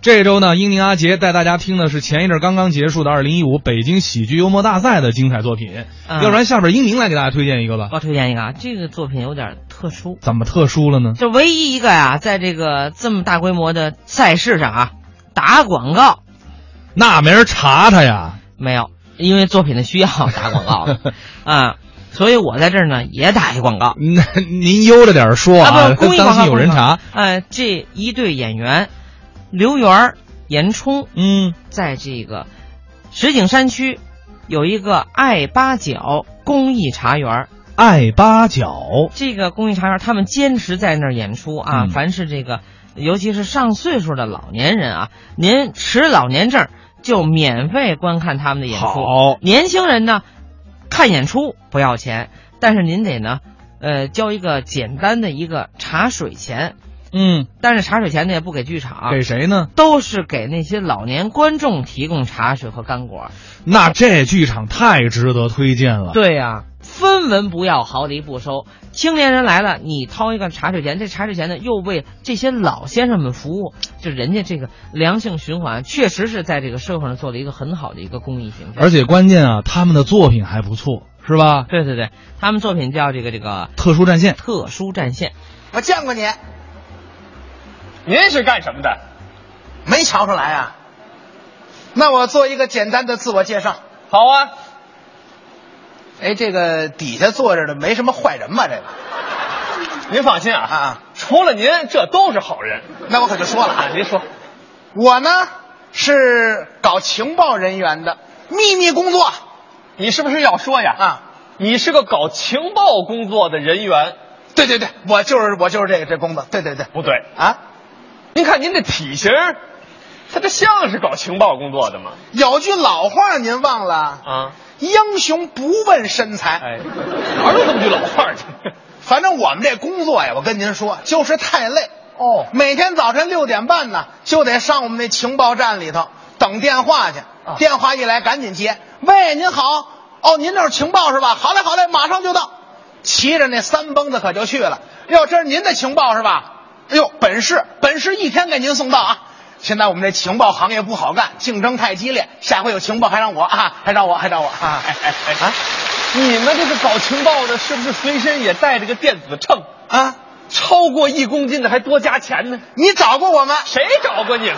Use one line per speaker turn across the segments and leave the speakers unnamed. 这周呢，英宁阿杰带大家听的是前一阵刚刚结束的2015北京喜剧幽默大赛的精彩作品。
嗯
要不然，下边英宁来给大家推荐一个吧。
我推荐一个啊，这个作品有点特殊，
怎么特殊了呢？
就唯一一个呀、在这个这么大规模的赛事上啊，打广告
那没人查他呀。
没有，因为作品的需要打广 告的啊、所以我在这儿呢也打一广告
那您悠着点说
啊， 不是公益
当
广
心
告，
有人查。
呃，这一对演员刘源儿、严冲，
嗯，
在这个石景山区有一个爱八角公益茶园儿。
爱八角，
这个公益茶园，他们坚持在那儿演出啊。
嗯
凡是这个，尤其是上岁数的老年人啊，您持老年证就免费观看他们的演出。
好，
年轻人呢，看演出不要钱，但是您得呢，呃，交一个简单的一个茶水钱。
嗯，
但是茶水钱呢也不给剧场
给，谁呢？
都是给那些老年观众提供茶水和干果。
那这剧场太值得推荐了。
对呀、分文不要，毫厘不收。青年人来了，你掏一个茶水钱，这茶水钱呢又为这些老先生们服务，就人家这个良性循环，确实是在这个社会上做了一个很好的一个公益形象。
而且关键啊，他们的作品还不错，是吧？
对对对，他们作品叫这个这个
特殊战线，
特殊战线，
我见过你，
您是干什么的？
没瞧出来啊。那我做一个简单的自我介绍。
好啊，
哎，这个底下坐着的没什么坏人吧？这个
您放心啊，
啊啊，
除了您，这都是好人。
那我可就说了
啊，
啊，
您说，
我呢是搞情报人员的秘密工作
你是不是要说呀？，
啊。
你是个搞情报工作的人员，
对对对，我就是我就是这个这工作。对对对，
不对。
啊，
您看您这体型，他这像是搞情报工作的吗？
有句老话您忘了，
啊，
英雄不问身材。
哎，哪有这么句老话儿去？
反正我们这工作呀，我跟您说，就是太累。
哦
每天早晨六点半呢，就得上我们那情报站里头等电话去。
啊
电话一来，赶紧接。喂，您好，哦，您那是情报是吧？好嘞，好嘞，马上就到。骑着那三蹦子可就去了。哟，这是您的情报是吧？哎呦，本市本市一天给您送到啊。现在我们这情报行业不好干，竞争太激烈。下回有情报还让我啊，还让我，还让我啊！
哎哎哎啊！你们这个搞情报的，是不是随身也带着个电子秤？
啊，
超过一公斤的还多加钱呢？
你找过我们
谁找过你们？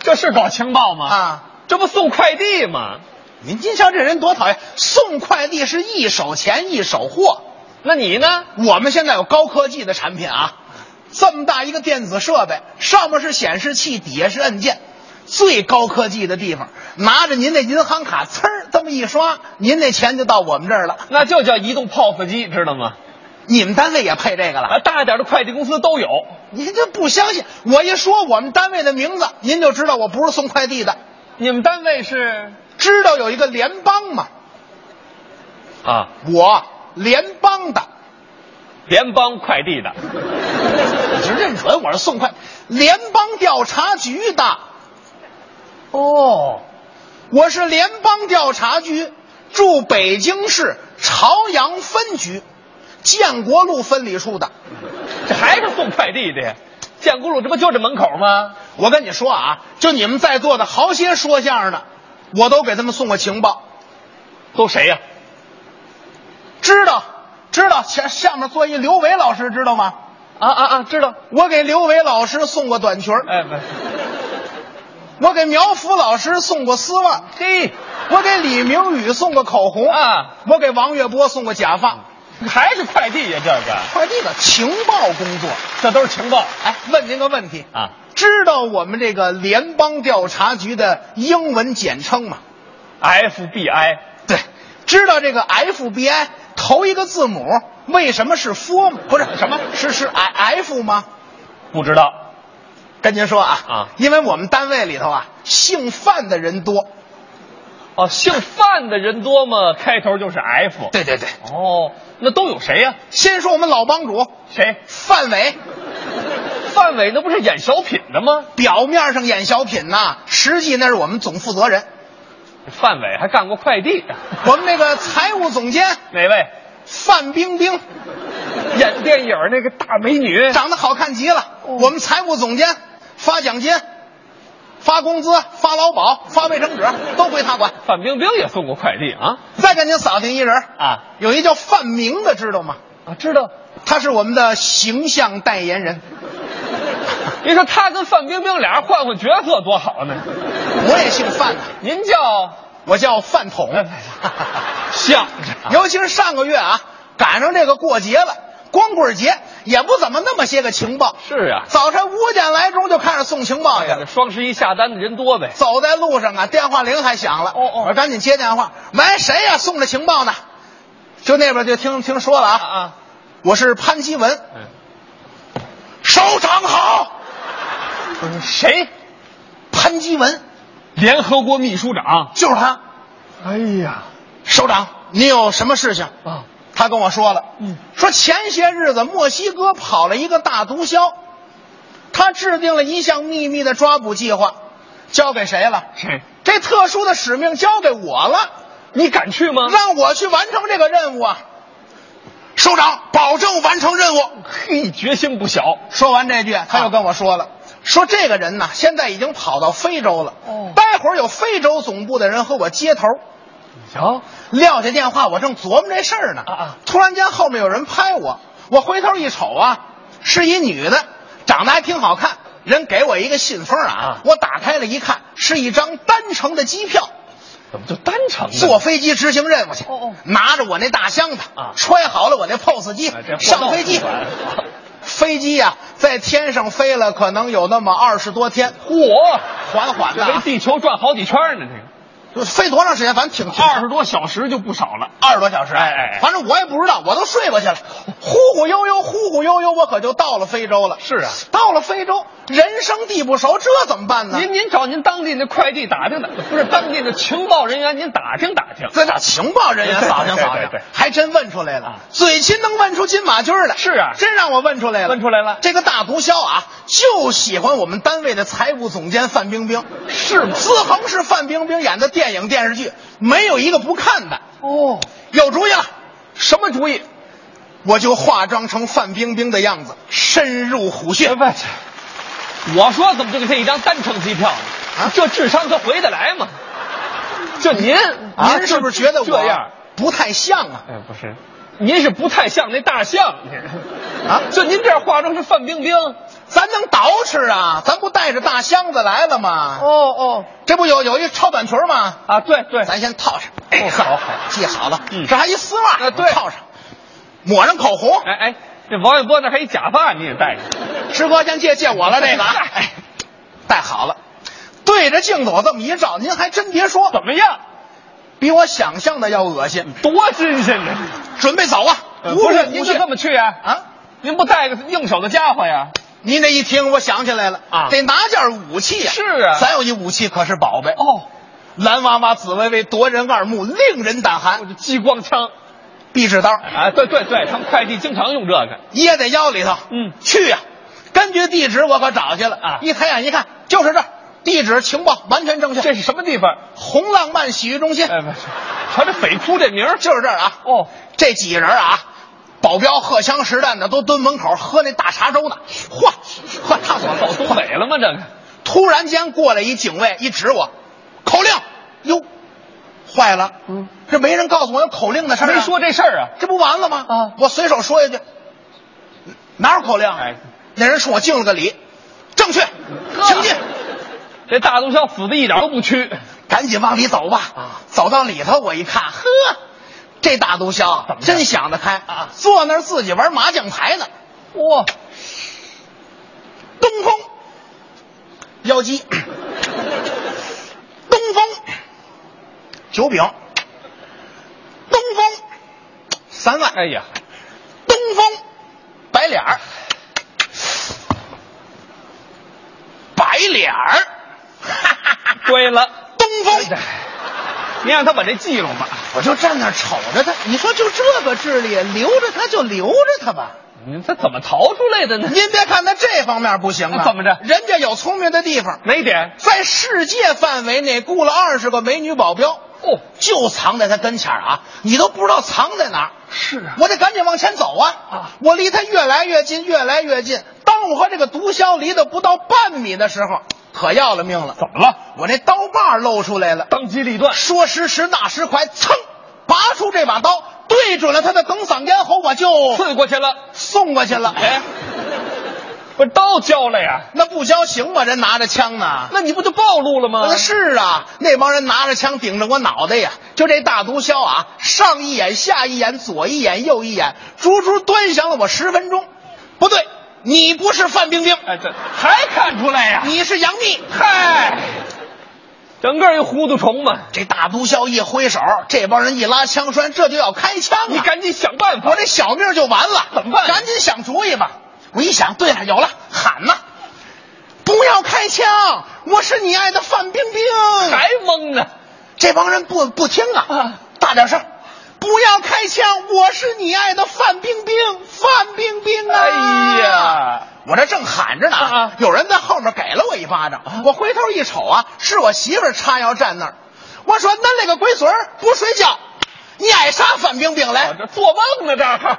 这是搞情报吗？
啊？
这不送快递吗？
您您瞧这人多讨厌！送快递是一手钱一手货，
那你呢？
我们现在有高科技的产品啊，这么大一个电子设备，上面是显示器，底下是按键，最高科技的地方，拿着您那银行卡，呲儿这么一刷，您那钱就到我们这儿了。
那就叫移动 POS 机，知道吗？
你们单位也配这个了？
啊，大点的快递公司都有。
您这不相信？我一说我们单位的名字，您就知道我不是送快递的。
你们单位是
知道有一个联邦吗？
啊，
我联邦的。
联邦快递的。
我就认准我是送快，联邦调查局的。哦，我是联邦调查局驻北京市朝阳分局建国路分理处的。
这 还是送快递的呀？建国路这不就这门口吗？
我跟你说啊，就你们在座的好些说相声的，我都给他们送过情报，
都谁呀、
知道知道。前下面坐一刘伟老师，知道吗？
啊？啊啊知道。
我给刘伟老师送过短裙儿
哎，不是
我给苗圃老师送过丝袜，
嘿，
我给李明宇送过口红
啊，嗯
我给王月波送过假发。
还是快递呀？这个，
快递的情报工作，
这都是情报
哎，问您个问题，
啊。
知道我们这个联邦调查局的英文简称吗？
FBI
对，知道这个 FBI 头一个字母为什么是 F 吗？不是什么，是是 I F 吗？
不知道
跟您说啊，
啊
因为我们单位里头啊，姓范的人多。
哦，姓范的人多吗？开头就是 F。
对对对，
哦，那都有谁呀、
先说我们老帮主
谁？
范伟，
范伟那不是演小品的吗？
表面上演小品呐、实际那是我们总负责人，
范伟还干过快递，
我们那个财务总监
哪位？
范冰冰。
演电影 那个大美女哦
长得好看极了。我们财务总监发奖金，发工资、发劳保、发卫生纸，都归他管。
范冰冰也送过快递啊
再给您扫听一人儿
啊
有一叫范明的，知道吗？
啊！知道，
他是我们的形象代言人，
您说他跟范冰冰俩人换换角色多好呢？
我也姓范呐、
您叫
我叫 范统。
像
尤其是上个月啊，赶上这个过节了，光棍节也不怎么那么些个情报。
是啊，
早晨五点来钟就开始送情报去了。
哎双十一下单的人多呗。
走在路上啊，电话铃还响了。
哦哦
我说赶紧接电话。喂，谁呀、送着情报呢？就那边就听听说了
啊
啊，
啊，
我是潘基文，
嗯，
首长好，
不是谁？
潘基文
联合国秘书长。
就是他。
哎呀
首长，你有什么事情？
啊，
他跟我说了，
嗯，
说前些日子墨西哥跑了一个大毒枭，他制定了一项秘密的抓捕计划，交给谁了？
谁？
这特殊的使命交给我了，
你敢去吗？
让我去完成这个任务啊！首长，保证完 成任务。
嘿，决心不小。
说完这句，他又跟我说了，
啊
说这个人呢，现在已经跑到非洲了，
哦
待会儿有非洲总部的人和我接头。
行，
撂下电话，我正琢磨这事儿呢，
啊啊
突然间后面有人拍我，我回头一瞅啊，是一女的，长得还挺好看，人给我一个信封啊，
啊
我打开了一看，是一张单程的机票，
怎么就单程呢？
坐飞机执行任务去，
哦哦
拿着我那大箱子，
啊
揣好了我那 POS 机，
哎这货
上飞机
到了。
飞机呀、在天上飞了，可能有那么二十多天，
嚯，
缓缓的、
这围
啊，
地球转好几圈呢，这
就飞多长时间？反正挺挺
个二十多小时就不少了。
二十多小时，啊
哎哎哎
反正我也不知道，我都睡 过去了，忽忽悠悠，忽忽悠悠，我可就到了非洲了。
是 啊
到了非洲，人生地不熟，这怎么办呢？
您您找您当地那快递打听打，不是当地的情报人员，您打听打听。
再找情报人员
对对
扫听扫
对
听
对对，
还真问出来了
啊，
嘴亲能问出金马驹儿来。
是啊
真让我问出来了，
问出来了
这个大毒枭啊，就喜欢我们单位的财务总监范冰冰。
是吗
自横是范冰冰演的电影电视剧，没有一个不看的。
哦，
有主意了，
什么主意？
我就化妆成范冰冰的样子，深入虎穴。
不是，我说怎么就给他一张单程机票呢？
啊
这智商他回得来吗？就您，啊
您是不是觉得我
就这样？
不太像啊？
哎，不是，您是不太像那大象，您
啊
就您这样化妆是范冰冰。哦
咱能捯饬啊？咱不带着大箱子来了吗？
哦，
这不有有一超短裙吗？
啊，对对，
咱先套上。
哎好好
系好了。
嗯
这还一丝袜，
啊对
套上，抹上口红。
哎哎，这王玥波那还一假发，你也戴上。
师哥先借借我了这个 啊，
嗨
哎，戴好了。对着镜子我这么一照，您还真别说，
怎么样？
比我想象的要恶心。
多新鲜呢！
准备走啊！
呃不是，您
就
就这么去啊？
啊？
您不带个硬手的家伙呀？
您这一听，我想起来了
啊
得拿件武器呀、
是啊
咱有一武器可是宝贝，
哦，
蓝娃娃、紫薇薇夺人二目，令人胆
我
寒。
这激光枪
壁纸刀
啊！对对对，他们快递经常用这个。
掖在腰里头。
嗯
去呀、根据地址我可找去了
啊
一抬眼一看，就是这儿，地址情报完全正确。
这是什么地方？
红浪漫洗浴中心，
哎，不是，瞧这匪窟这名儿
就是这儿啊。
哦，
这几个人啊，保镖荷枪实弹的都蹲门口喝那大茶粥呢。嚯，嚯，烫死我
走东
了！
北了吗？这个
突然间过来一警卫，一指我，口令。哟，坏了，
嗯，
这没人告诉我有口令的事儿、啊。
没说，这事儿啊？
这不完了吗？
啊
我随手说一句，哪有口令啊？
哎
那人冲我敬了个礼，正确，请进。
这大毒枭死的一点都不屈，
赶紧往里走吧。
啊
走到里头，我一看，呵，这大毒枭
怎么着
真想得开
啊
坐那儿自己玩麻将牌呢。
哇，
东风，妖姬，东风，九饼，东风，三万，
哎呀，
东风，白脸 儿，白脸儿，哈哈哈哈
对了，
东风。
您让他把这记录吧。
哎我就站那儿瞅着他，你说就这个智力，留着他就留着他吧。
您嗯他怎么逃出来的呢？
您别看他这方面不行啊，
怎么着
人家有聪明的地方，
哪点？
在世界范围内雇了二十个美女保镖，
哦，
就藏在他跟前儿啊，你都不知道藏在哪儿。
是啊，
我得赶紧往前走啊！
啊
我离他越来越近，越来越近。当我和这个毒枭离得不到半米的时候，可要了命了，
怎么了？
我那刀把露出来了，
当机立断，
说时迟，那时快，噌，拔出这把刀，对准了他的梗嗓咽喉，我就
刺过去了。
送过去了。哎，
不是刀交了呀？
那不交行吗？人拿着枪呢。
那你不就暴露了吗
那？是啊，那帮人拿着枪顶着我脑袋呀！就这大毒枭啊，上一眼下一眼，左一眼右一眼，足足端详了我十分钟。不对，你不是范冰冰，
哎，这还看出来呀？
你是杨幂。
嗨，整个一糊涂虫嘛！
这大毒枭一挥手，这帮人一拉枪栓，这就要开枪啊！
你赶紧想办法
我。这小命就完了，
怎么办
赶紧想主意吧！我一想，对了，有了，喊呐！不要开枪！我是你爱的范冰冰。
还懵呢？
这帮人不不听啊！
啊
大点声！不要开枪！我是你爱的范冰冰，范冰冰啊！
哎呀，
我这正喊着呢，
啊啊
有人在后面给了我一巴掌。我回头一瞅啊，是我媳妇儿叉腰站那儿。我说：“
啊
恁那个龟孙儿不睡觉，你爱啥范冰冰来？”
我这做梦呢，这儿